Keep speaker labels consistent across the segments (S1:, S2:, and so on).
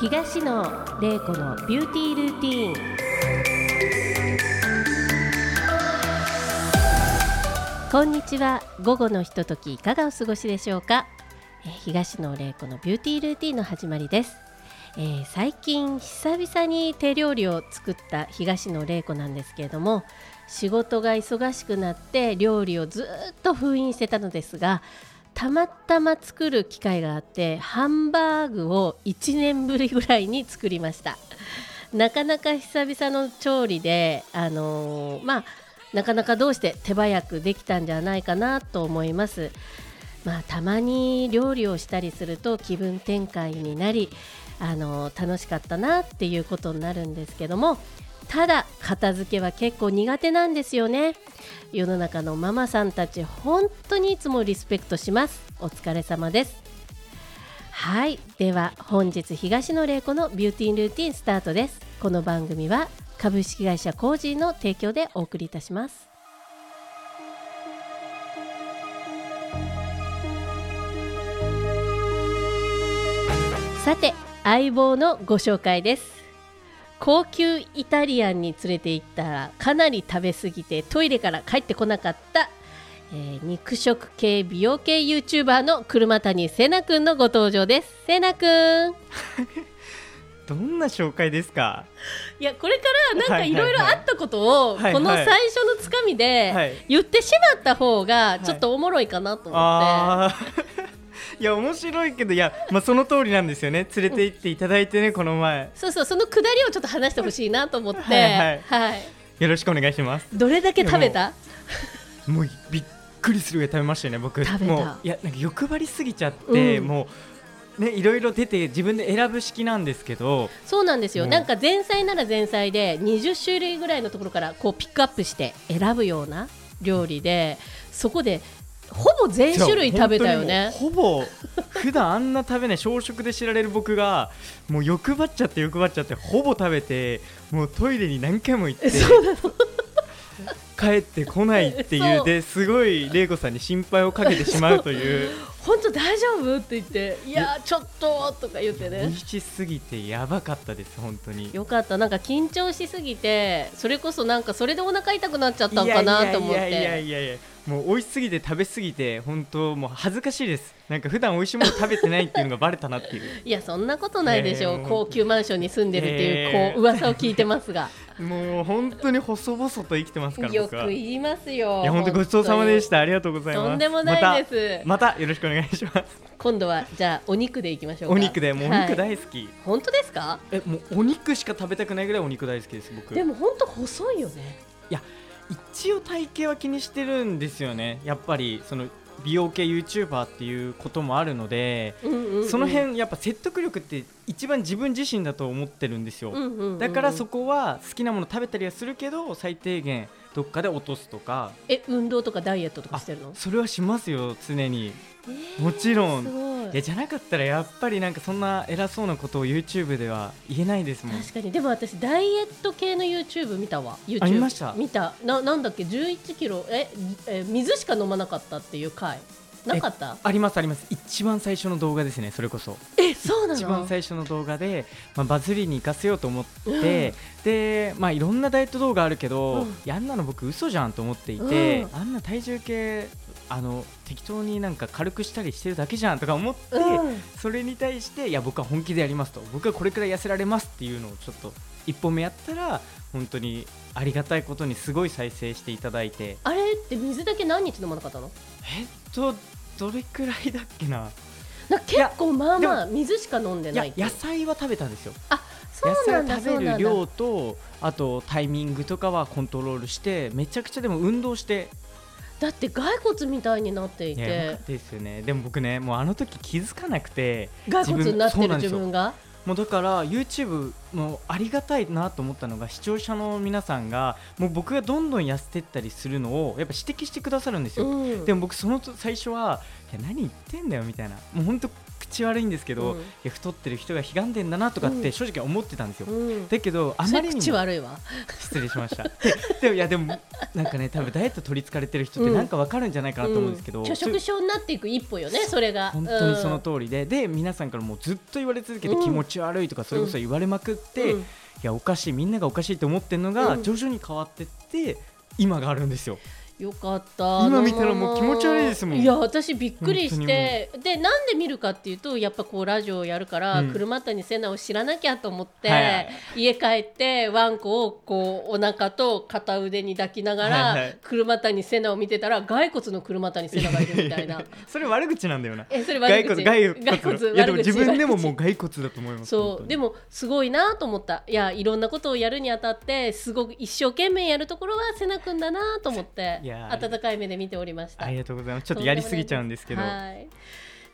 S1: 東野玲子のビューティールーティーンこんにちは午後のひとときいかがお過ごしでしょうかえー東野玲子のビューティールーティーンの始まりです、えー最近久々に手料理を作った東野玲子なんですけれども仕事が忙しくなって料理をずっと封印してたのですがたまたま作る機会があってハンバーグを1年ぶりぐらいに作りましたなかなか久々の調理であのーまあなかなかどうして手早くできたんじゃないかなと思いますまあ、たまに料理をしたりすると気分転換になりあの楽しかったなっていうことになるんですけどもただ片付けは結構苦手なんですよね世の中のママさんたち本当にいつもリスペクトしますお疲れ様ですはいでは本日東野玲子のビューティールーティンスタートですこの番組は株式会社コージーの提供でお送りいたしますさて相棒のご紹介です高級イタリアンに連れて行ったらかなり食べ過ぎてトイレから帰ってこなかった、えー肉食系美容系 YouTuber の車谷せなくんのご登場ですせなくん
S2: どんな紹介ですか。
S1: いやこれからなんか
S2: はいはい
S1: いろいろあったことをこ
S2: はいはい
S1: の最初のつかみで
S2: い。
S1: 言ってしまった方がちょっとおもろいかなと思って、
S2: ああ。 いや面白いけどいやまあその通りなんですよね。連れて行っていただいてねこの前
S1: そうそうそのくだりをちょっと話してほしいなと思って
S2: はいはい
S1: はい
S2: よろしくお願いします。
S1: どれだけ食べた
S2: もうびっくりするぐらい食べましたよね僕。
S1: 食べた
S2: もういやなんか欲張りすぎちゃって、
S1: うん
S2: もうねいろいろ出て自分で選ぶ式なんですけど。
S1: そうなんですよ、
S2: うん
S1: なんか前菜なら前菜で20種類ぐらいのところからこうピックアップして選ぶような料理でそこでほぼ全種類食べたよね
S2: いや本当にもうほぼ普段あんな食べない小食で知られる僕がもう欲張っちゃって欲張っちゃってほぼ食べてもうトイレに何回も行 って帰ってこないってい
S1: そう
S2: うですごい玲子さんに心配をかけてしまうという
S1: 本当大丈夫って言っていやーちょっととか言って
S2: 美味
S1: ね
S2: しすぎてやばかったです本当に
S1: よかったなんか緊張しすぎてそれこそなんかそれでお腹痛くなっちゃったんかなと思っ
S2: いやいや
S1: て
S2: いやいやもう美味しすぎて食べすぎて本当もう恥ずかしいですなんか普段美味しいもの食べてないっていうのがバレたなっていう
S1: いやそんなことないでしょ
S2: いやいや
S1: 高級マンションに住んでるって
S2: いや
S1: い
S2: いうや
S1: こう噂を聞いてますが
S2: もう本当に細々と生きてますから
S1: よ
S2: 僕
S1: く
S2: は
S1: 言いますよ
S2: いや本当ごちそうさまでしたたありがとうございます
S1: とんでもないです
S2: またまたよろしくお願いします
S1: 今度はじゃあお肉でいきましょうか
S2: お肉でもうお
S1: はい
S2: 肉大好き、
S1: 本当ですか
S2: えもうお肉しか食べたくないぐらいお肉大好きです僕
S1: でも本当細いよね
S2: 一応体型は気にしてるんですよねやっぱりその美容系 YouTuber っていうこともあるので、
S1: うんうんうん
S2: その辺やっぱ説得力って一番自分自身だと思ってるんです
S1: う
S2: よ、
S1: んうんうんうん
S2: だからそこは好きなもの食べたりはするけど最低限どっかで落とすとか
S1: え運動とかダイエットとかしてるの
S2: それはしますよ常に
S1: えー
S2: もちろん
S1: すご
S2: いや
S1: い
S2: じゃなかったらやっぱりなんかそんな偉そうなことを YouTube では言えないですもん
S1: 確かにでも私ダイエット系の YouTube 見たわ YouTube
S2: あ見ました
S1: 見たななんだっけ11キロええ水しか飲まなかったっていう回なかった
S2: ありますあります一番最初の動画ですねそれこそ
S1: えそうな
S2: 一番
S1: の
S2: 最初の動画で、まあ、バズりに行かせようと思って、で、まあ、いろんなダイエット動画あるけど、
S1: うん
S2: いやあんなの僕嘘じゃんと思っていて、
S1: うん
S2: あんな体重計あの適当になんか軽くしたりしてるだけじゃんとか思って、
S1: うん
S2: それに対していや僕は本気でやりますと僕はこれくらい痩せられますっていうのをちょっと一本目やったら本当にありがたいことにすごい再生していただいて
S1: あれって水だけ何日飲まなかったの
S2: えっとどれくらいだっけな
S1: なんか結構まあまあ水しか飲んで
S2: い
S1: な
S2: や
S1: いっていう
S2: 野菜は食べたんですよ
S1: あそうな
S2: 野菜
S1: んだ
S2: 食
S1: そう
S2: べ
S1: な
S2: る
S1: んだ
S2: 量とあとタイミングとかはコントロールしてめちゃくちゃでも運動して
S1: だって骸骨みたいになってい
S2: いやよ
S1: て
S2: かったですよねでも僕ねもうあの時気づかなくて
S1: 骸骨になって
S2: そう
S1: る
S2: なんで
S1: 自
S2: すよ
S1: 分が
S2: もうだから YouTube もありがたいなと思ったのが視聴者の皆さんがもう僕がどんどん痩せてったりするのをやっぱ指摘してくださるんですよ、
S1: うん
S2: でも僕その最初はいや何言ってんだよみたいなもう本当口悪いんですけど、
S1: うん
S2: いや太ってる人が悲願でんだなとかっ
S1: う
S2: て
S1: ん
S2: 正直思ってたんですよ、
S1: うん
S2: だけどあ
S1: そ
S2: ま
S1: れ
S2: りにも
S1: 口悪いわ
S2: 失礼しましたで でもいやでもなんかね多分ダイエット取りつかれてる人っ
S1: う
S2: て
S1: ん
S2: なんかわかるんじゃないかなと思うんですけど、
S1: うん拒食症になっていく一歩よねそれが
S2: 本当にその
S1: り
S2: 通りで、で皆さんからもうずっと言われ続けて
S1: うん
S2: 気持ち悪いとかそれこそ言われまくって、いやおかしいみんながおかしいと思ってるの
S1: う
S2: が
S1: ん
S2: 徐々に変わってって今があるんですよ。
S1: よかった
S2: 今見たらもう気持ち悪いですもん
S1: いや私びっくりし
S2: 本当に
S1: てでなんで見るかっていうとやっぱこうラジオをやるから、
S2: うん
S1: 車谷瀬名を知らなきゃと思って、
S2: はいはい
S1: 家帰ってワンコをこうお腹と片腕に抱きながら、
S2: はいはい
S1: 車谷瀬名を見てたら骸骨の車谷瀬名がいるみたいな
S2: それ悪口なんだよな。
S1: えそれ悪
S2: 骸
S1: 口
S2: 骨骸
S1: 骸骨
S2: いやでも
S1: 悪口
S2: 自分でも
S1: 悪口
S2: もう骸骨だと思います。本
S1: そ
S2: 当
S1: う
S2: に
S1: でもすごいなと思ったいやいろんなことをやるにあたってすごく一生懸命やるところは瀬名君だなと思って
S2: いやー
S1: 温かい目で見ておりました
S2: ありがとうございます。ちょっとやりすぎちゃうんですけど、
S1: はい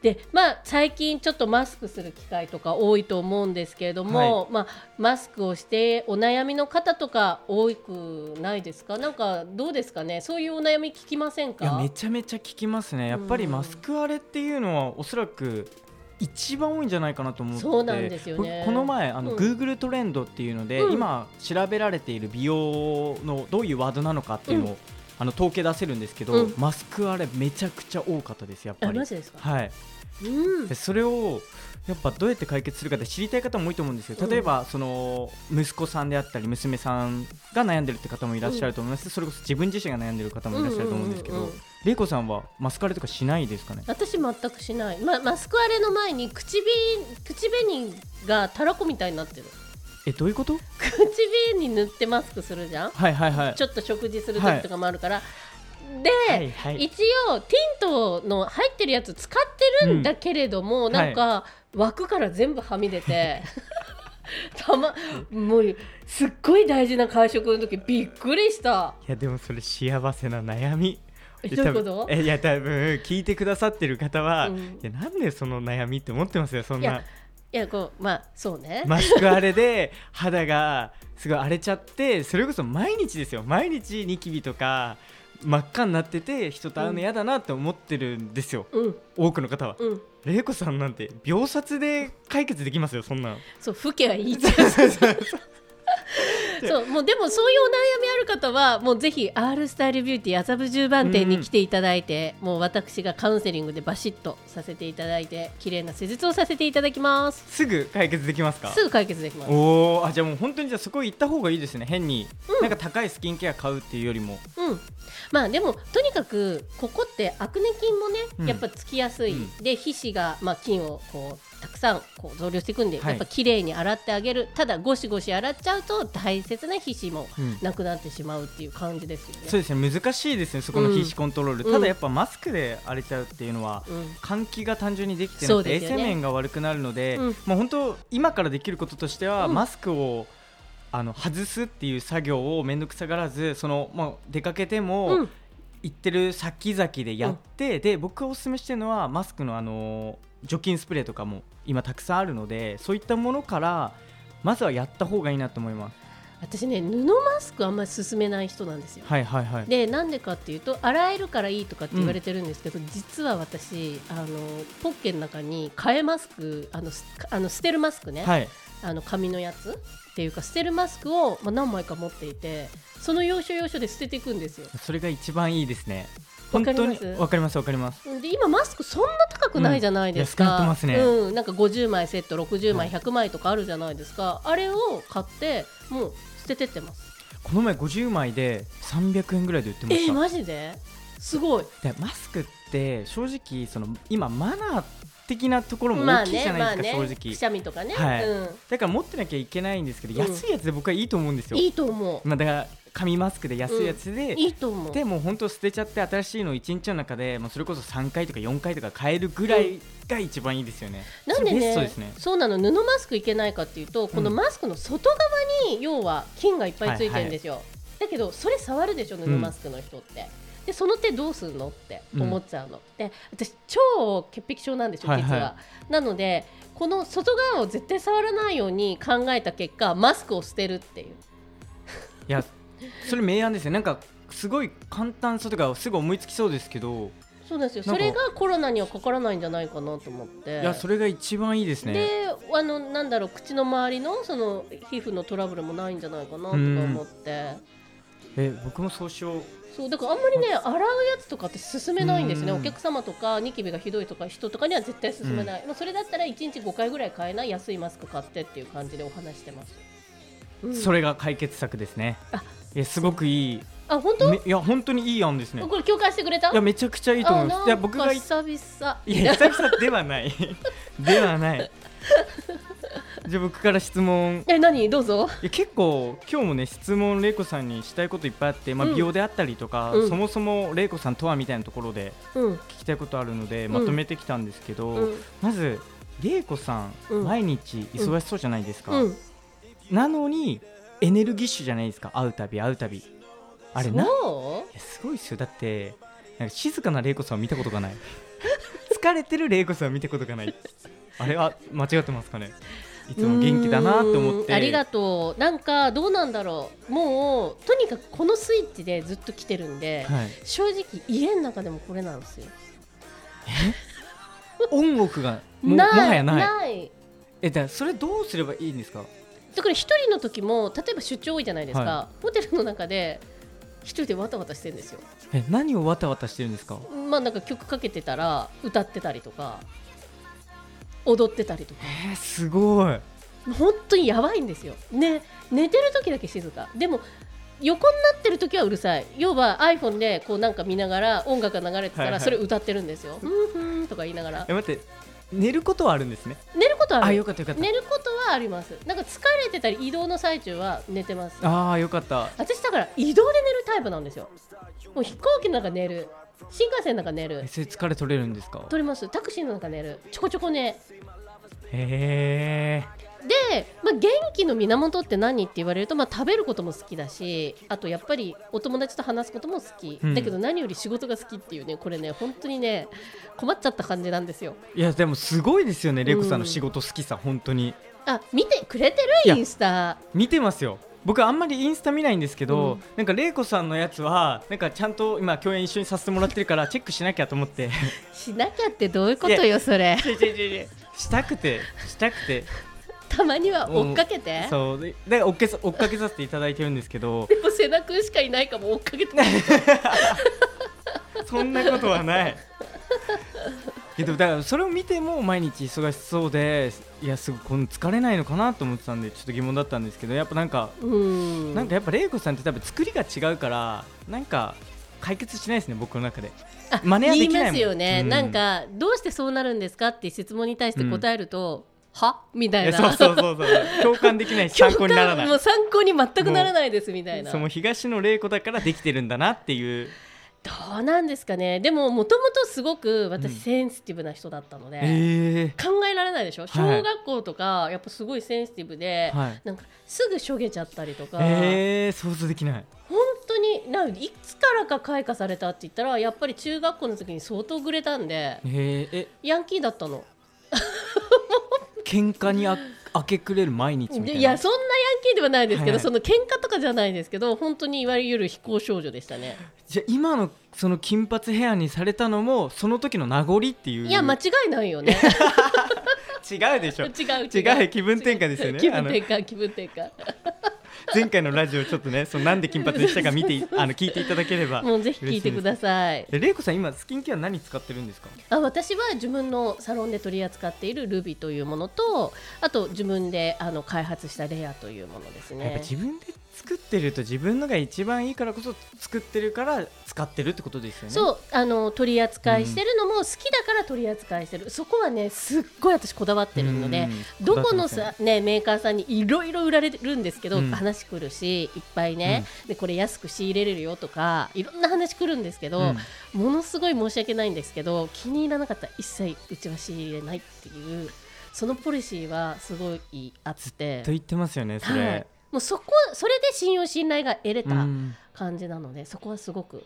S1: でまあ、最近ちょっとマスクする機会とか多いと思うんですけれども、まあ、マスクをしてお悩みの方とか多くないですかなんかどうですかねそういうお悩み聞きません
S2: いや
S1: か
S2: めちゃめちゃ聞きますねやっぱり
S1: うん
S2: マスク荒れっていうのはおそらく一番多いんじゃないかなと思って
S1: そうなんですよね
S2: 僕この前あの、
S1: うん
S2: Google トレンドっていうので、
S1: うん
S2: 今調べられている美容のどういうワードなのかっていうのを、あの統計出せるんですけど、
S1: うん
S2: マスク荒れめちゃくちゃ多かったですやっぱ
S1: あ
S2: り
S1: マジですか、
S2: はい
S1: うん
S2: でそれをやっぱどうやって解決するかって知りたい方も多いと思うんですけど例えばその息子さんであったり娘さんが悩んでるって方もいらっしゃると思います、それこそ自分自身が悩んでる方もいらっしゃると思うんですけど、
S1: うんうんうんうん
S2: レイコさんはマスカレとかしないですかね
S1: 私全くしない、ま、マスク荒れの前に唇口紅がたらこみたいになってる
S2: えどういうこと
S1: 口紅に塗ってマスクするじゃん
S2: はいはいはい
S1: ちょっと食事する時とかもあるから、で、
S2: はいはい
S1: 一応ティントの入ってるやつ使ってるんだけれども、
S2: ん
S1: なんか、枠から全部はみ出てたまもうすっごい大事な会食の時びっくりした
S2: いやでもそれ幸せな悩み
S1: えどういうこと
S2: 多分えいや多分聞いてくださってる方は、
S1: うん
S2: いやなんでその悩みって思ってますよそん
S1: いや
S2: ない
S1: やこうまあそうね、
S2: マスク荒れで肌がすごい荒れちゃってそれこそ毎日ですよ毎日ニキビとか真っ赤になってて人と会うの嫌だなって思ってるんですよ、
S1: うん
S2: 多くの方は
S1: うん
S2: 玲子さんなんて秒殺で解決できますよそん なの
S1: そう老けはいいじゃんそうもうでもそういうお悩みある方はもうぜひ R スタイルビューティー麻布十番店に来ていただいて、もう私がカウンセリングでバシッとさせていただいて綺麗な施術をさせていただきます
S2: すぐ解決できますか
S1: すぐ解決できます
S2: おーあじゃあもう本当にじゃあそこ行った方がいいですね変に、なんか高いスキンケア買うっていうよりも
S1: うん、まあでもとにかくここってアクネ菌もね、
S2: うん
S1: やっぱつきやすい、
S2: うん
S1: で皮脂が、まあ、菌をこうたくさんこう増量していくんで、
S2: はい
S1: やっぱ綺麗に洗ってあげるただゴシゴシ洗っちゃうと大切な皮脂も
S2: うん
S1: なくなってしまうっていう感じですよね。
S2: そうですね難しいですねそこの皮脂コントロール、
S1: うん
S2: ただやっぱマスクで荒れちゃうっていうのは、
S1: うん
S2: 換気が単純にできて
S1: そ
S2: な
S1: う
S2: くて、
S1: で
S2: 衛
S1: すよね
S2: 生面が悪くなるので、
S1: うん
S2: もう本当今からできることとしては、
S1: うん
S2: マスクをあの外すっていう作業を面倒くさがらずその、まあ、出かけても、
S1: うん
S2: 行ってる先々でやって、で僕がおすすめしてるのはマスクの、あの除菌スプレーとかも今たくさんあるのでそういったものからまずはやった方がいいなと思います。
S1: 私ね布マスクあんまり勧めない人なんですよ。
S2: はいはいはい、
S1: でなんでかっていうと洗えるからいいとかって言われてるんですけど、実は私あのポッケの中に替えマスクあのすあの捨てるマスクね、
S2: はい、
S1: あの紙のやつっていうか捨てるマスクを、まあ、何枚か持っていてその要所要所で捨てていくんですよ
S2: それが一番いいですね。
S1: わ
S2: 本
S1: かり
S2: 当
S1: ま
S2: に
S1: す
S2: わかりますわかります。
S1: で今マスクそんな高くないじゃないですか、
S2: うん安くなってますね
S1: うんなんか50枚セット60枚
S2: は
S1: 100枚とかあるじゃないですか、あれを買ってもう捨ててってます
S2: この前50枚で300円ぐらいで売ってま
S1: え
S2: した。
S1: ー、マジですごい
S2: でマスクって正直その今マナー的なところも
S1: まあ
S2: 大きいじ
S1: ね
S2: ゃ
S1: ま
S2: な
S1: あ
S2: いです
S1: ねく
S2: か、
S1: し
S2: 正直
S1: ゃみとかね、
S2: はい
S1: うん、
S2: だから持ってなきゃいけないんですけど、
S1: うん
S2: 安いやつで僕はいいと思うんですよ
S1: いいと思う
S2: まあ、だから紙マスクで安いやつで、
S1: いいと思う
S2: でもう本当捨てちゃって新しいの1日の中でもうそれこそ3回とか4回とか買えるぐらいが一番いいですよね、
S1: なんで
S2: それベス
S1: ね
S2: トですね
S1: そうなの布マスクいけないかっていうとこの
S2: うん
S1: マスクの外側に要は菌がいっぱいついてるんですよ、だけどそれ触るでしょ布マスクの人って、でその手どうするのって思っちゃうの、で私超潔癖症なんですよ
S2: はい
S1: 実
S2: はい
S1: は、なのでこの外側を絶対触らないように考えた結果マスクを捨てるっていう
S2: いやそれ明暗ですよなんかすごい簡単そうとかすぐ思いつきそうですけど
S1: そうなんですよ
S2: なん
S1: そ
S2: か
S1: れがコロナにはかからないんじゃないかなと思って
S2: いやそれが一番いいですね
S1: であのなんだろう口の周りのその皮膚のトラブルもないんじゃないかなとか思って
S2: え僕もそうしよう
S1: そうだからあんまりね洗うやつとかって勧めないんですよね
S2: うん
S1: お客様とかニキビがひどいとか人とかには絶対勧めない、まあ、それだったら1日5回ぐらい買えない安いマスク買ってっていう感じでお話してます、うん
S2: それが解決策ですね
S1: あ
S2: いやすごくいい
S1: あ本当
S2: めいや本当にいい案ですね
S1: これ共感してくれた
S2: いやめちゃくちゃいいと思
S1: あ
S2: いま
S1: なん
S2: す
S1: か
S2: いや僕がい
S1: 久々
S2: いや久々ではない ではないじゃあ僕から質問
S1: え何どうぞ
S2: いや結構今日もね質問玲子さんにしたいこといっぱいあって、まあ、
S1: うん
S2: 美容であったりとか、
S1: うん
S2: そもそも玲子さんとはみたいなところで
S1: うん
S2: 聞きたいことあるので
S1: ん
S2: まとめてきたんですけど、
S1: うん
S2: まず玲子さん、
S1: うん
S2: 毎日忙しそうじゃないですか、
S1: うん
S2: なのにエネルギッシュじゃないですか会うたび会うたびあれな
S1: そう
S2: いやすごいっすよだってなんか静かな玲子さんを見たことがない 疲れてる玲子さんを見たことがないあれは間違ってますかねいつも元気だなって思っ
S1: うー
S2: て
S1: んありがとうなんかどうなんだろうもうとにかくこのスイッチでずっと来てるんで、
S2: はい、
S1: 正直家の中でもこれなんですよ
S2: オンオフがももはやない
S1: ない
S2: えだからそれどうすればいいんですか
S1: だから一人の時も例えば出張多いじゃないですか、
S2: は
S1: ホテルの中で一人でわたわたしてるんですよ
S2: え何をわたわたしてるんですか
S1: まあなんか曲かけてたら歌ってたりとか踊ってたりとか
S2: えー、すごい
S1: 本当にやばいんですよ、ね、寝てる時だけ静かでも横になってる時はうるさい要は iPhone でこうなんか見ながら音楽が流れてた
S2: はい
S1: ら
S2: はい
S1: それ歌ってるんですよ「うんふん」とか言いながら
S2: え待って寝ることはあるんですね
S1: 寝ることは
S2: あ
S1: あ
S2: よ
S1: る
S2: かったよかった、
S1: 寝ることはありますなんか疲れてたり移動の最中は寝てます
S2: ああよかった
S1: 私だから移動で寝るタイプなんですよもう飛行機の中寝る新幹線の中寝る
S2: えそれ疲れ取れるんですか
S1: 取りますタクシーの中寝るちょこちょこ寝
S2: へえ
S1: で、まあ、元気の源って何って言われると、まあ、食べることも好きだしあとやっぱりお友達と話すことも好き、
S2: うん
S1: だけど何より仕事が好きっていうねこれね本当にね困っちゃった感じなんですよ
S2: いやでもすごいですよね玲子さんの仕事好きさ本当に
S1: あ見てくれて
S2: い
S1: る
S2: や
S1: インスタ
S2: 見てますよ僕あんまりインスタ見ないんですけど、
S1: うん
S2: なんか玲子さんのやつはなんかちゃんと今共演一緒にさせてもらってるからチェックしなきゃと思って
S1: しなきゃってどういうことよそれ
S2: 違う違う違うしたくてしたくて
S1: たまには追っかけて、
S2: そうでで追っけさ追っかけさせていただいてるんですけど
S1: でも瀬名君しかいないかも追っか けて
S2: そんなことはないけどだからそれを見ても毎日忙しそうでいやすごいこの疲れないのかなと思ってたんでちょっと疑問だったんですけどやっぱなんか
S1: うん
S2: なんかやっぱ玲子さんって多分作りが違うからなんか解決しないですね僕の中で
S1: あ
S2: 真似は
S1: 言
S2: できない
S1: い
S2: もん
S1: ますよね、
S2: うん
S1: なんかどうしてそうなるんですかっていう質問に対して答えると、はみた
S2: い
S1: い
S2: や
S1: な
S2: そうそうそうそう共感でき ないし参考にならな
S1: もう
S2: い
S1: 参考に全くならないですみたいな
S2: その東の玲子だからできてるんだなっていう
S1: どうなんですかねでももともとすごく私
S2: うん
S1: センシティブな人だったので、
S2: え
S1: 考えられないでしょ
S2: い
S1: 小学校とかやっぱすごいセンシティブで、
S2: ー、はい
S1: なんかすぐしょげちゃったりとか、
S2: えー、想像できない
S1: 本当になんいつからか開花されたって言ったらやっぱり中学校の時に相当ぐれたんで
S2: えー、え
S1: ヤンキーだったの
S2: 喧嘩にあ明け暮れる毎日みたい
S1: で
S2: ない
S1: やそんなヤンキーではないですけど、
S2: はい
S1: その喧嘩とかじゃないですけど本当にいわゆる非行少女でしたね
S2: じゃあ今のその金髪ヘアにされたのもその時の名残っていうい
S1: いや間違いないよね
S2: 違うでし
S1: 違
S2: ょ
S1: う
S2: 違う気分転換ですよね
S1: 気分転換気分転換
S2: 前回のラジオちょっとねそのなんで金髪にしたか見ていあの聞いていただけ れば
S1: もうぜひ聞いてください。
S2: え、レイコさん今スキンケア何使ってるんですか。
S1: あ私は自分のサロンで取り扱っているルビというものとあと自分であの開発したレアというものです
S2: やっぱ
S1: ね。
S2: 自分で作ってると自分のが一番いいからこそ作ってるから使ってるってことですよね。う。
S1: そうあの取り扱いしてるのも好きだから取り扱いしてる、そこはねすっごい私こだわってるので、
S2: うん
S1: どこのさ、ね、メーカーさんにいろいろ売られるんですけど、
S2: うん
S1: 話くるしいっぱいね、でこれ安く仕入れれるよとかいろんな話くるんですけど、
S2: うん
S1: ものすごい申し訳ないんですけど気に入らなかったら一切うちは仕入れないっていうそのポリシーはすごいあっ
S2: と
S1: て
S2: 言ってますよねそ
S1: はい
S2: れ。、
S1: もうそこそれで信用信頼が得れ
S2: う
S1: た
S2: ん。
S1: 感じなので、そこはすごく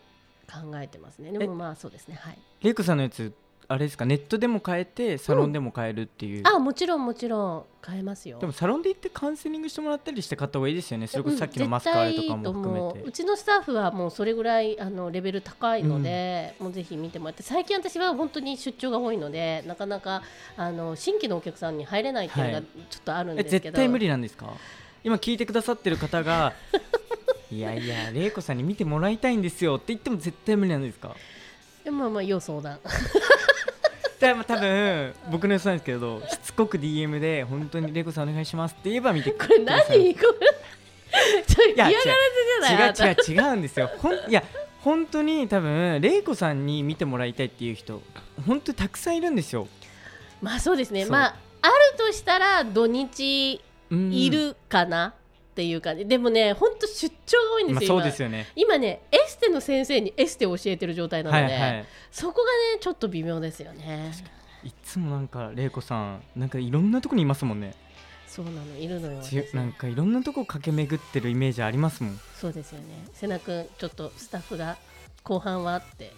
S1: 考えてますねで
S2: え
S1: もまあそうですねはい
S2: レイコさんのやつあれですかネットでも買えてサロンでも買えるっていう、
S1: あもちろんもちろん買えますよ
S2: でもサロンで行ってカウンセリングしてもらったりして買った方がいいですよねそれこ
S1: うん
S2: そさっきのマスカラと
S1: 絶対
S2: かも含
S1: いいと
S2: め
S1: 思
S2: て、
S1: ううちのスタッフはもうそれぐらいあのレベル高いので、もうぜひ見てもらって最近私は本当に出張が多いのでなかなかあの新規のお客さんに入れないっていうのが
S2: はい
S1: ちょっとあるん
S2: え
S1: ですけ
S2: 絶
S1: ど、
S2: 対無理なんですか今聞いてくださってる 方がいやいや玲子さんに見てもらいたいんですよって言っても絶対無理なんですか
S1: でもまあまあ要相談
S2: じゃあまあ多分僕の予想なんですけどしつこく DM で本当に玲子さんお願いしますって言えば見て
S1: これ何これ ちょっと
S2: い
S1: 嫌が
S2: や
S1: らせじゃないあなた
S2: 違う違う違うんですよほんいや本当に多分玲子さんに見てもらいたいっていう人本当にたくさんいるんですよ、
S1: まあそうですね
S2: そう
S1: まああるとしたら土日
S2: うん
S1: いるかな、っていう感じでもね本当出張が多いん
S2: ま
S1: で
S2: あ
S1: すよ、
S2: そうで
S1: 今
S2: すよね
S1: 今ねエステの先生にエステを教えてる状態なの
S2: は
S1: で、
S2: いはい
S1: そこがねちょっと微妙ですよね
S2: いつもなんか玲子さんなんかいろんなとこにいますもんね
S1: そうなのいるのよ
S2: つよ
S1: 私
S2: なんかいろんなとこ駆け巡ってるイメージありますもん
S1: そうですよね瀬名君ちょっとスタッフが後半はって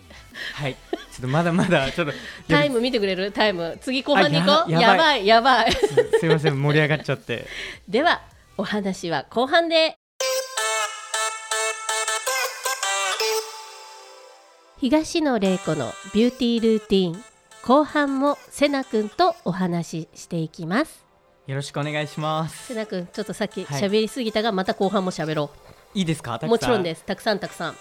S2: はいちょっとまだまだちょっと
S1: タイム見てくれるタイム次後半に行こう
S2: あ
S1: や
S2: や
S1: ば
S2: ば
S1: いやばい
S2: すすいません盛り上がっちゃって
S1: ではお話は後半で東野玲子のビューティールーティン後半も瀬名君とお話ししていきます
S2: よろしくお願いします
S1: 瀬名君ちょっとさっき
S2: はい
S1: 喋りすぎたが、また後半も喋ろ
S2: いいですか
S1: う
S2: たくさ
S1: んもちろんですたくさんたくさん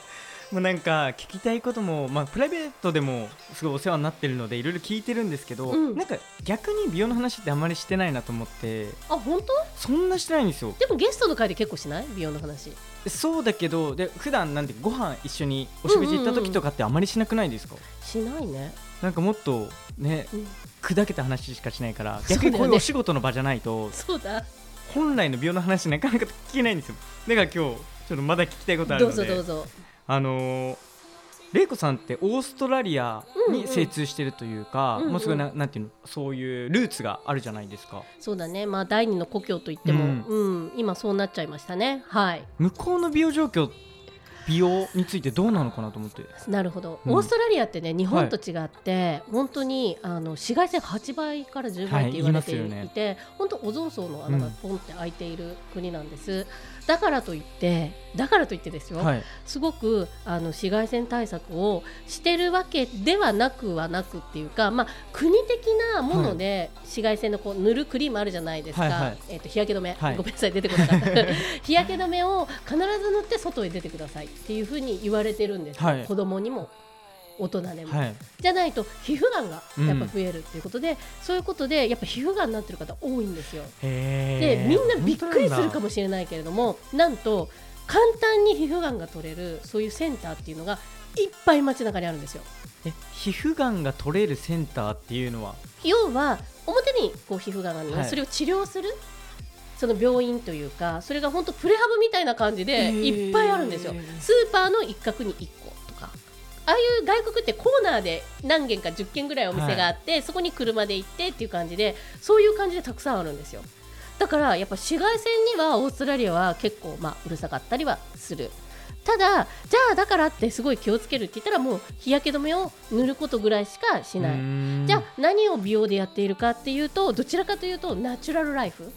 S2: もうなんか聞きたいことも、まあ、プライベートでもすごいお世話になってるのでいろいろ聞いてるんですけど、
S1: うん
S2: なんか逆に美容の話ってあんまりしてないなと思って
S1: あ本当
S2: そんなしてないんですよ
S1: でもゲストの回で結構しない美容の話
S2: そうだけどで普段なんてご飯一緒にお食事行った時とかってあまりしなくないですか、
S1: しないね、
S2: なんかもっとね
S1: うん、
S2: 砕けた話しかしないから
S1: そうだよね
S2: 逆にこういうお仕事の場じゃないと、
S1: そうだ
S2: 本来の美容の話なかなか聞けないんですよだから今日ちょっとまだ聞きたいことある
S1: どう
S2: の
S1: ぞ
S2: で
S1: どうぞ
S2: あのー、玲子さんってオーストラリアに精通してるというか、
S1: うんうん
S2: もうすごいななんていうのそういうルーツがあるじゃないですか
S1: そうだねまあ第二の故郷といっても、
S2: うん
S1: うん今そうなっちゃいましたねはい
S2: 向こうの美容状況美容についてどうなのかなと思って
S1: なるほど、
S2: うん
S1: オーストラリアってね日本と違って、本当にあの紫外線8倍から10倍って言われてい,、
S2: はい言いますよね
S1: て本当おゾー層の穴がポンって開いている国なんです、だからといってだからといってですよ、
S2: はい
S1: すごくあの紫外線対策をしてるわけではなくはなくっていうか、まあ、国的なもので紫外線のこう塗るクリームあるじゃないですか、
S2: はいはい
S1: えっと日焼け止め、
S2: はい
S1: ごめんなさい出てこなかった 日焼け止めを必ず塗って外へ出てくださいっていうふうに言われてるんですよ、
S2: はい
S1: 子供にも大人でも、
S2: はい
S1: じゃないと皮膚がんがやっぱ増えるっていうことで、そういうことでやっぱ皮膚がんになってる方多いんですよ。で
S2: へー
S1: みんなびっくりするか
S2: 本
S1: もしれないけれどもなんと簡単に皮膚がんが取れるそういうセンターっていうのがいっぱい街中にあるんですよ。
S2: 当なんだえ皮膚がんが取れるセンターっていうのは
S1: 要は表にこう皮膚がんがあるの
S2: はい
S1: それを治療するその病院というかそれが本当プレハブみたいな感じで
S2: へー
S1: いっぱいあるんですよ。スーパーの一角に1個とかああいう外国ってコーナーで何軒か10軒ぐらいお店があって、そこに車で行ってっていう感じでそういう感じでたくさんあるんですよだからやっぱ紫外線にはオーストラリアは結構まあうるさかったりはするただじゃあだからってすごい気をつけるって言ったらもう日焼け止めを塗ることぐらいしかしないじゃあ何を美容でやっているかっていうとどちらかというとナチュラルライフ、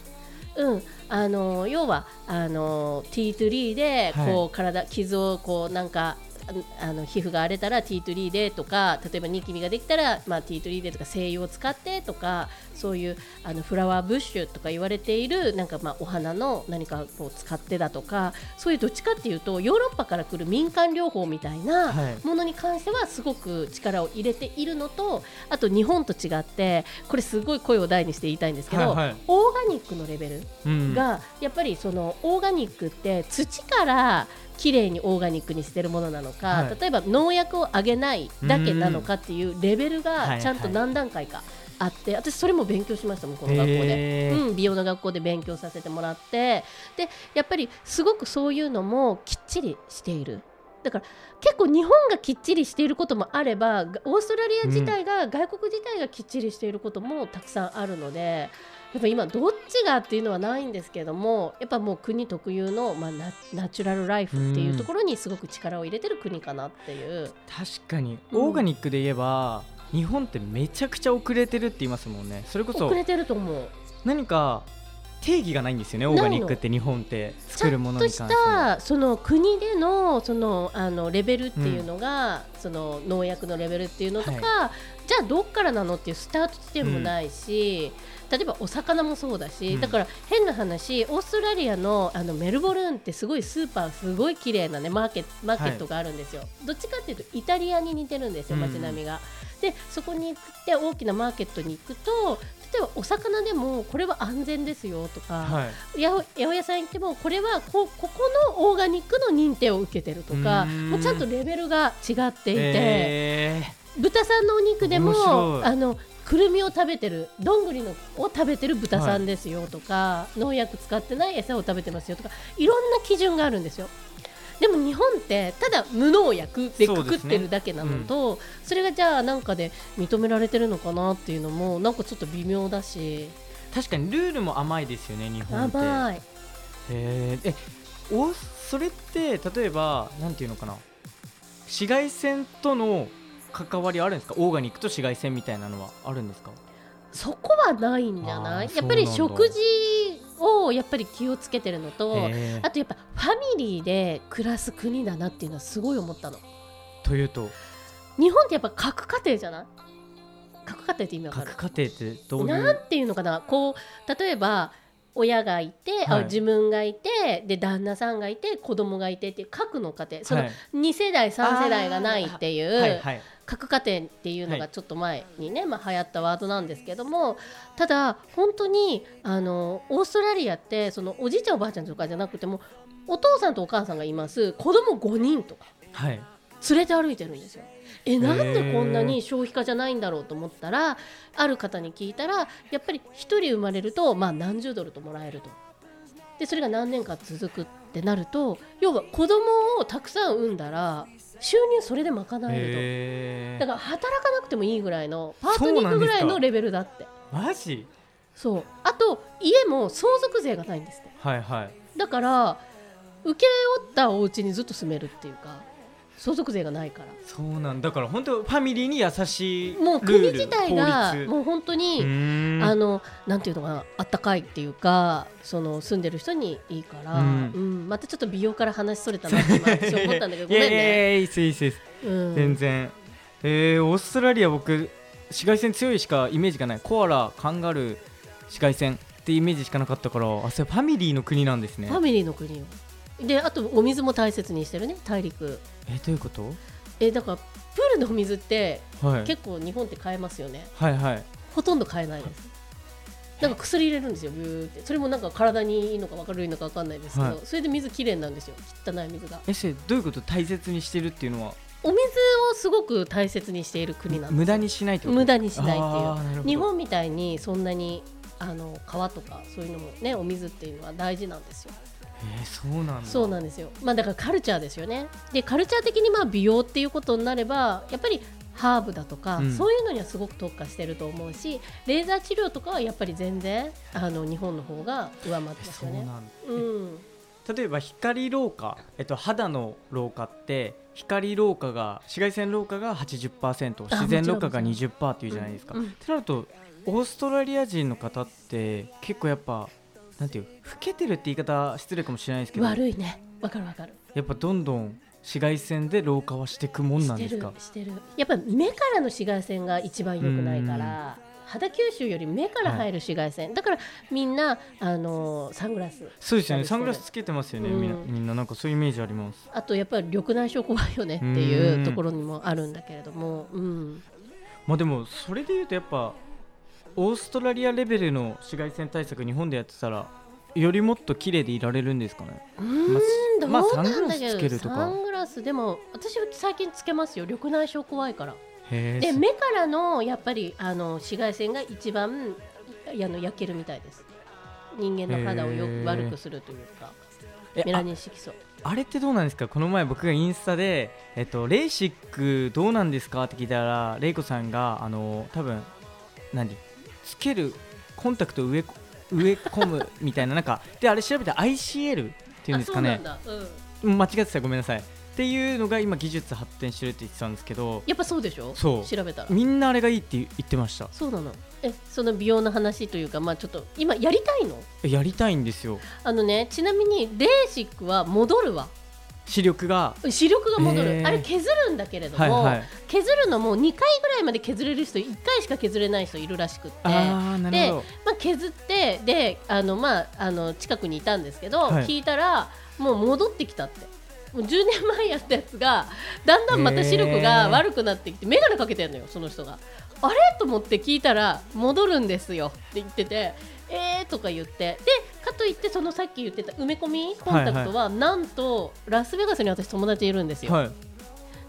S1: うん、あの要はあの T3 で
S2: はい
S1: こう体、傷をこうなんかああの皮膚が荒れたら T3 でとか例えばニキビができたら、まあ、T3 でとか精油を使ってとかそういうあのフラワーブッシュとか言われているなんかまあお花の何かを使ってだとかそういうどっちかっていうとヨーロッパから来る民間療法みたいな
S2: はい
S1: ものに関してはすごく力を入れているのとあと日本と違ってこれすごい声を大にして言いたいんですけど、
S2: はいはい
S1: オーガニックのレベル
S2: うん
S1: がやっぱりそのオーガニックって土から綺麗にオーガニックにしてるものなのか、
S2: はい
S1: 例えば農薬をあげないだけなのかっていうレベル
S2: はいは
S1: が
S2: い
S1: ちゃんと何段階かあって、私それも勉強しましたもんこの学校で。
S2: へー
S1: うん、美容の学校で勉強させてもらってでやっぱりすごくそういうのもきっちりしているだから結構日本がきっちりしていることもあればがオーストラリア自体が、外国自体がきっちりしていることもたくさんあるのでやっぱ今どっちがっていうのはないんですけどもやっぱもう国特有の、まあ、ナナチュラルライフっていうところにすごく力を入れてる国かなっていう。
S2: 確かに
S1: うん
S2: オーガニックで言えば、日本ってめちゃくちゃ遅れてるって言いますもんねそれこそ
S1: 遅れてると思う
S2: 何か定義がないんですよね
S1: な
S2: オ
S1: いの
S2: ーガニックって日本って
S1: ちゃ
S2: 作るも
S1: ん
S2: の
S1: と
S2: に
S1: し
S2: 関して
S1: たその国でのそのあのレベルっていうのが、その農薬のレベルっていうのとか、じゃあどっからなのっていうスタート地点もないし、例えばお魚もそうだし、
S2: うん
S1: だから変な話オーストラリアのあのメルボルンってすごいスーパーすごい綺麗なねマーケマーケットがあるんですよ、どっちかっていうとイタリアに似てるんですよ
S2: うん
S1: 街並みが。でそこに行って大きなマーケットに行くと例えばお魚でもこれは安全ですよとか。
S2: はい
S1: 八百八百屋さん行ってもこれはこここのオーガニックの認定を受けてるとか
S2: うーん
S1: もうちゃんとレベルが違っていて、
S2: え
S1: 豚さんのお肉で
S2: 面白
S1: も
S2: い
S1: あのくるみを食べてるどんぐりのを食べてる豚さんですよとか、農薬使ってない餌を食べてますよとかいろんな基準があるんですよ。でも日本ってただ無農薬で
S2: そう
S1: く
S2: です
S1: く
S2: ね
S1: ってるだけなのとそ,、れがじゃあなんかで認められてるのかなっていうのもなんかちょっと微妙だし
S2: ー確かにルールも甘いですよね日本って
S1: 甘い。
S2: へーえおそれって例えばなんていうのかな紫外線との関わりあるんですかオーガニックと紫外線みたいなのはあるんですか
S1: そこはないんじゃない
S2: あー
S1: やっぱり
S2: そうなん
S1: 食
S2: だ
S1: 事をやっぱり気をつけてるのと
S2: へー
S1: あとやっぱファミリーで暮らす国だなっていうのはすごい思ったの
S2: というと
S1: 日本ってやっぱ核家庭じゃない核家庭って意味わかる
S2: 各家庭ってどうい
S1: な
S2: うん
S1: ていうのかなこう例えば親がいて、あ
S2: はい
S1: 自分がいてで旦那さんがいて子供がいてっていう核の家庭その
S2: はい
S1: 2世代3世代がないっていう、
S2: はいはい
S1: 核家庭っていうの
S2: は
S1: が
S2: い
S1: ちょっと前にね、まあ、流行ったワードなんですけどもただ本当にあのオーストラリアってそのおじいちゃんおばあちゃんとかじゃなくてもお父さんとお母さんがいます子供5人とか
S2: はい
S1: 連れて歩いてるんですよ。えなんで
S2: へー
S1: こんなに消費家じゃないんだろうと思ったらある方に聞いたらやっぱり1人生まれると、まあ、何十ドルともらえると。でそれが何年か続くってなると要は子供をたくさん産んだら収入それで賄えると。
S2: へー
S1: だから働かなくてもいいぐらいのパート
S2: そ
S1: に行
S2: うな
S1: く
S2: ん
S1: ぐ
S2: ですか
S1: い
S2: ら
S1: のレベルだって
S2: マジ
S1: そうあと家も相続税がないんですって
S2: はいはい
S1: だから請け負ったお家にずっと住めるっていうか相続税がないから
S2: そうなんだから本当ファミリーに優しいルール
S1: もう国自体が
S2: 法律
S1: もう本当
S2: う
S1: に、
S2: ーん
S1: あのなんていうのかなあったかいっていうかその住んでる人にいいから、う
S2: うんん
S1: またちょっと美容から話しそれたなって今私思ったんだけどご
S2: い
S1: めん
S2: やいやい
S1: ね。
S2: やいいっすいいっすいいっす
S1: うん
S2: 全然えー、オーストラリア僕紫外線強いしかイメージがないコアラカンガルー紫外線ってイメージしかなかったからあそれファミリーの国なんですね
S1: ファミリーの国よであとお水も大切にしてるね大陸
S2: えー、どういうこと
S1: えだからプールの水って
S2: はい
S1: 結構日本って買えますよね
S2: はいはい
S1: ほとんど買えないですなんか薬入れるんですよビューってそれもなんか体にいいのか悪いのか分かんないですけど、
S2: はい
S1: それで水きれいになるんですよ汚い水が
S2: えそれどういうこと大切にしてるっていうのは
S1: お水をすごく大切にしている国なんですよ
S2: 無駄にしないってこと
S1: 無駄にしないっていう
S2: あーるほど
S1: 日本みたいにそんなにあの川とかそういうのもねお水っていうのは大事なんですよ
S2: えー、そうなんだ
S1: そうなんですよ、まあ、だからカルチャーですよねでカルチャー的にまあ美容っていうことになればやっぱりハーブだとか、
S2: うん
S1: そういうのにはすごく特化してると思うしレーザー治療とかはやっぱり全然あの日本の方が上回って
S2: え
S1: ます
S2: そう
S1: よ
S2: なん
S1: ね。う
S2: だ
S1: ん、
S2: 例えば光老化、えっと、肌の老化って光老化が紫外線老化が80%自然老化が
S1: もち
S2: 20%っていうじゃないですか。
S1: うんうん
S2: ってなるとオーストラリア人の方って結構やっぱなんていう老けてるって言い方失礼かもしれないですけどや
S1: 悪いねわかるわかる
S2: っぱどんどん紫外線で老化はしていくもんなん
S1: して
S2: です
S1: る
S2: か
S1: してるやっぱり目からの紫外線が一番良くないから肌吸収より目から入る紫外線、だからみんなあのサングラス
S2: そうですよね
S1: して
S2: サ
S1: る
S2: ングラスつけてますよね、
S1: うん
S2: みんなみんななんかそういうイメージあります
S1: あとやっぱり緑内障怖いよねっていううんところにもあるんだけれども、うん、
S2: まあでもそれで言うとやっぱオーストラリアレベルの紫外線対策日本でやってたらよりもっと綺麗でいられるんですかね
S1: うーんどう
S2: まあ
S1: なんだ
S2: サングラスつ
S1: け
S2: け
S1: ど
S2: るとか
S1: サングラスでも私は最近つけますよ緑内障怖いから
S2: へー
S1: です目からのやっぱりあの紫外線が一番いあの焼けるみたいです人間の肌をよ
S2: へ
S1: く
S2: ー
S1: 悪くするというか
S2: え
S1: メラ
S2: あ
S1: ニン色素
S2: あれってどうなんですかこの前僕がインスタで、えっと、レーシックどうなんですかって聞いたらレイコさんがあの多分何つけるコンタクト植え植え込むみたいななんかであれ調べたら ICL っていうんですか
S1: あ
S2: ね
S1: そうなんだ、うん
S2: 間違ってたらごめんなさいっていうのが今技術発展してるって言ってたんですけど
S1: やっぱそうでしょ
S2: そう
S1: 調べたら
S2: みんなあれがいいって言ってました
S1: そうなのえその美容の話というかまあちょっと今やりたいの
S2: えやりたいんですよ
S1: あのねちなみにレーシックは戻るわ
S2: 視力が
S1: 視力が戻る、
S2: へー
S1: あれ削るんだけれども、
S2: はいはい
S1: 削るのも2回ぐらいまで削れる人1回しか削れない人いるらしくって
S2: ああなるほど
S1: まあ、削ってであの、まあ、あの近くにいたんですけど、
S2: はい
S1: 聞いたらもう戻ってきたって。もう10年前やったやつがだんだんまた視力が悪くなってきて眼鏡かけてんのよ、その人が。あれと思って聞いたら戻るんですよって言っててえーとか言ってでかといってそのさっき言ってた埋め込みコンタクトはなんとラスベガスに私友達いるんですよ。
S2: はい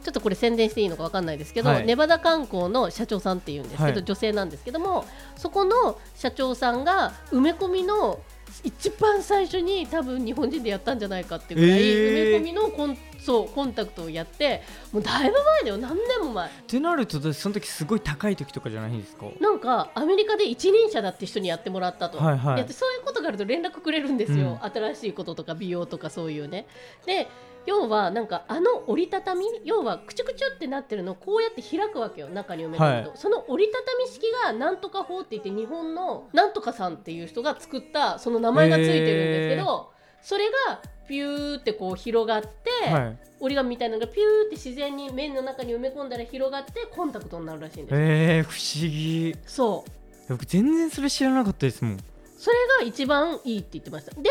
S1: ちょっとこれ宣伝していいのかわかんないですけど、
S2: はい
S1: ネバダ観光の社長さんっていうんですけど、
S2: はい
S1: 女性なんですけどもそこの社長さんが埋め込みの一番最初に多分日本人でやったんじゃないかっていうぐらい、
S2: えー
S1: 埋め込みのコンそうコンタクトをやってもうだいぶ前だよ何年も前
S2: ってなるとだその時すごい高い時とかじゃないんですか
S1: なんかアメリカで一輪車だって人にやってもらったと、
S2: はいはい
S1: でそういうことがあると連絡くれるんですよ、
S2: う
S1: 新しいこととか美容とかそういうねで要はなんかあの折りたたみ要はくちゅくちゅってなってるのをこうやって開くわけよ中に埋め込むと、
S2: は
S1: その折りたたみ式がなんとか法って言って日本のなんとかさんっていう人が作ったその名前がついてるんですけど、それがピューってこう広がって、
S2: はい
S1: 折り紙みたいなのがピューって自然に面の中に埋め込んだら広がってコンタクトになるらしいんですよ、
S2: えー、不思議
S1: そう
S2: 僕全然それ知らなかったですもん
S1: それが一番いいって言ってましたで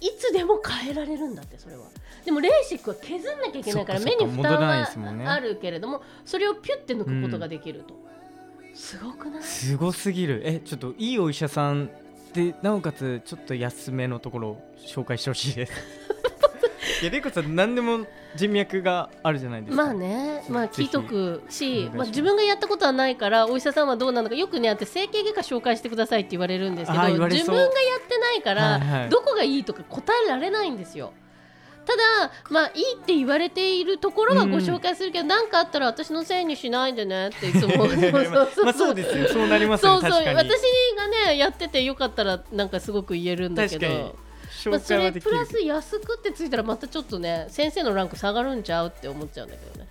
S1: いつでも変えられるんだってそれはでもレーシックは削んなきゃいけないから
S2: そっ
S1: 目
S2: かそっか
S1: に負
S2: 戻らないですも
S1: 担
S2: んね
S1: はあるけれどもそれをピュッて抜くことができると、すごくない
S2: すごすぎるえちょっといいお医者さんでなおかつちょっと安めのところを紹介してほしい ですいやレイコさん何でも人脈があるじゃないですか
S1: まあね、まあ、
S2: ぜ
S1: 聞い
S2: ひ
S1: とく
S2: お願い
S1: し
S2: し、ます
S1: まあ、自分がやったことはないからお医者さんはどうなのかよくねあって整形外科紹介してくださいって言われるんですけど
S2: あー
S1: 自
S2: 言
S1: 分
S2: わ
S1: が
S2: れ
S1: や
S2: そう
S1: ってないから、
S2: はいはい
S1: どこがいいとか答えられないんですよ。ただ、まあ、いいって言われているところはご紹介するけど何、なん、かあったら私のせいにしないでねっていつも
S2: まあそ うですよそうなります
S1: そ
S2: よ
S1: うそう私
S2: ね確かに
S1: がねやっててよかったらなんかすごく言えるんだけ
S2: 確かに
S1: ど。まあ、
S2: 紹
S1: そ
S2: 介は
S1: れ
S2: でき
S1: プ
S2: る、
S1: ラス安くってついたらまたちょっとね先生のランク下がるんちゃうって思っちゃうんだけどね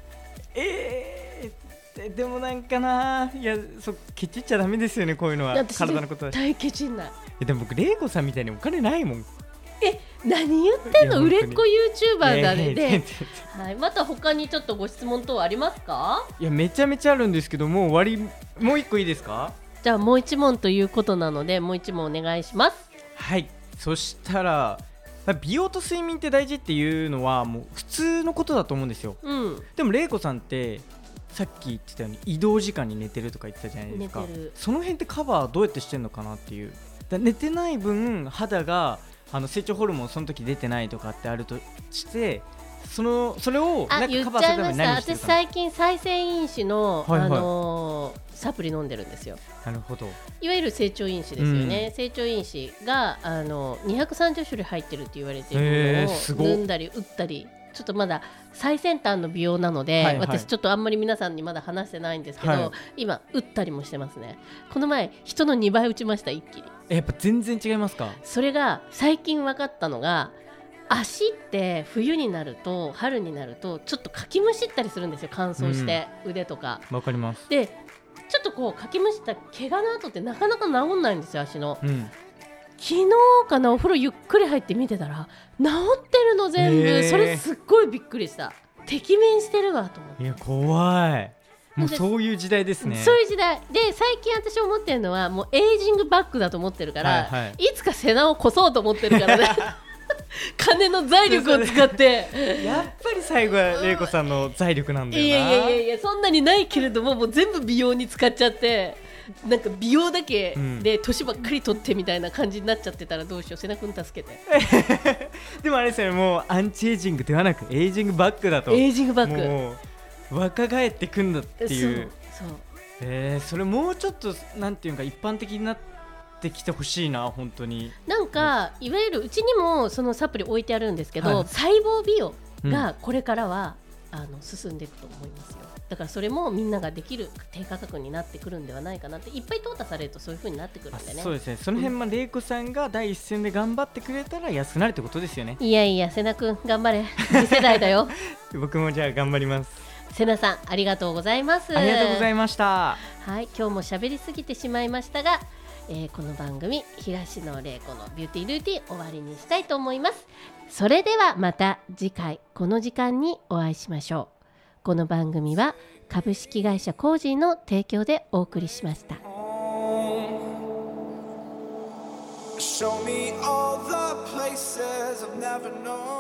S2: えーででもなんかないやそケチっちゃダメですよねこういうのは
S1: 私
S2: 体のことだし
S1: 絶対ケチんない
S2: いやでも僕レイコさんみたいにお金ないもん
S1: 何言ってんの売
S2: いや
S1: れっ子 YouTuber だね
S2: いやいやいや
S1: で、はい、また他にちょっとご質問等ありますか
S2: いやめちゃめちゃあるんですけどもう終わりもう一個いいですか
S1: じゃあもう一問ということなのでもう一問お願いします
S2: はいそしたらまあ美容と睡眠って大事っていうのはもう普通のことだと思うんですよ
S1: うん
S2: でも玲子さんってさっき言ってたように移動時間に寝てるとか言ってたじゃないですか
S1: 寝てる
S2: その辺ってカバーはどうやってしてんのかなっていうだ寝てない分肌があの成長ホルモンその時出てないとかってあるとしてそのそれをな
S1: あ
S2: んか
S1: 言
S2: カ
S1: っ
S2: バー
S1: ち
S2: す
S1: ゃ
S2: る
S1: いま
S2: ために
S1: した
S2: 何してる
S1: 私
S2: かな
S1: 最近再生因子の、
S2: はいはい
S1: あのーサプリ飲んでるんですよ
S2: なるほど
S1: いわゆる成長因子ですよね、成長因子があの230種類入ってるって言われてい
S2: へ
S1: る
S2: ー
S1: も
S2: す
S1: の
S2: ご
S1: を
S2: っ
S1: 飲んだり打ったりちょっとまだ最先端の美容なので、
S2: はいはい
S1: 私ちょっとあんまり皆さんにまだ話してないんですけど、
S2: はい
S1: 今打ったりもしてますねこの前人の2倍打ちました一気に
S2: えやっぱ全然違いますか
S1: それが最近分かったのが足って冬になると春になるとちょっとかきむしったりするんですよ乾燥して、腕とか
S2: わかります
S1: でちょっとこうかきむしった怪我の後ってなかなか治んないんですよ足の
S2: うん
S1: 昨日かなお風呂ゆっくり入って見てたら治ってるの全
S2: へ
S1: 部
S2: ー
S1: それすっごいびっくりしたてきめんしてるわと思って、
S2: いや怖いもう
S1: で
S2: そういう時代ですね
S1: そういう時代で最近私思ってるのはもうエイジングバッグだと思ってるから、
S2: はいいは
S1: つか背中を越そうと思ってるから ね金の財力を使って
S2: やっぱり最後は玲子さんの財力なん
S1: い
S2: だ
S1: や
S2: よ
S1: や
S2: ない
S1: いやいやそんなにないけれどももう全部美容に使っちゃってなんか美容だけで年ばっかり取ってみたいな感じになっちゃってたらどうしよう瀬名君助けて
S2: でもあれですよねもうアンチエイジングではなくエイジングバックだと
S1: エイジングバッグ
S2: もう若返ってくんだっていう
S1: そうそう
S2: えー、それもうちょっとなんていうか一般的になってきてほしいな本当に
S1: なんか、いわゆるうちにもそのサプリ置いてあるんですけど、
S2: はい
S1: 細胞美容がこれからは、あの進んでいくと思いますよだからそれもみんなができる低価格になってくるんではないかなっていっぱい淘汰されるとそういう風になってくる
S2: あ
S1: んでね
S2: そうですねその辺まあ玲子さんが第一線で頑張ってくれたら安くなるってことですよね
S1: いやいや瀬名くん頑張れ次世代だ よ
S2: 僕もじゃあ頑張ります
S1: 瀬名さんありがとうございます
S2: ありがとうござ
S1: い
S2: いました
S1: ますはい今日も喋りすぎてしまいましたが、えーこの番組東野玲子のビューティールーティン終わりにしたいと思いますそれではまた次回この時間にお会いしましょうこの番組は株式会社コージーの提供でお送りしました
S3: Show me all the places I've never known.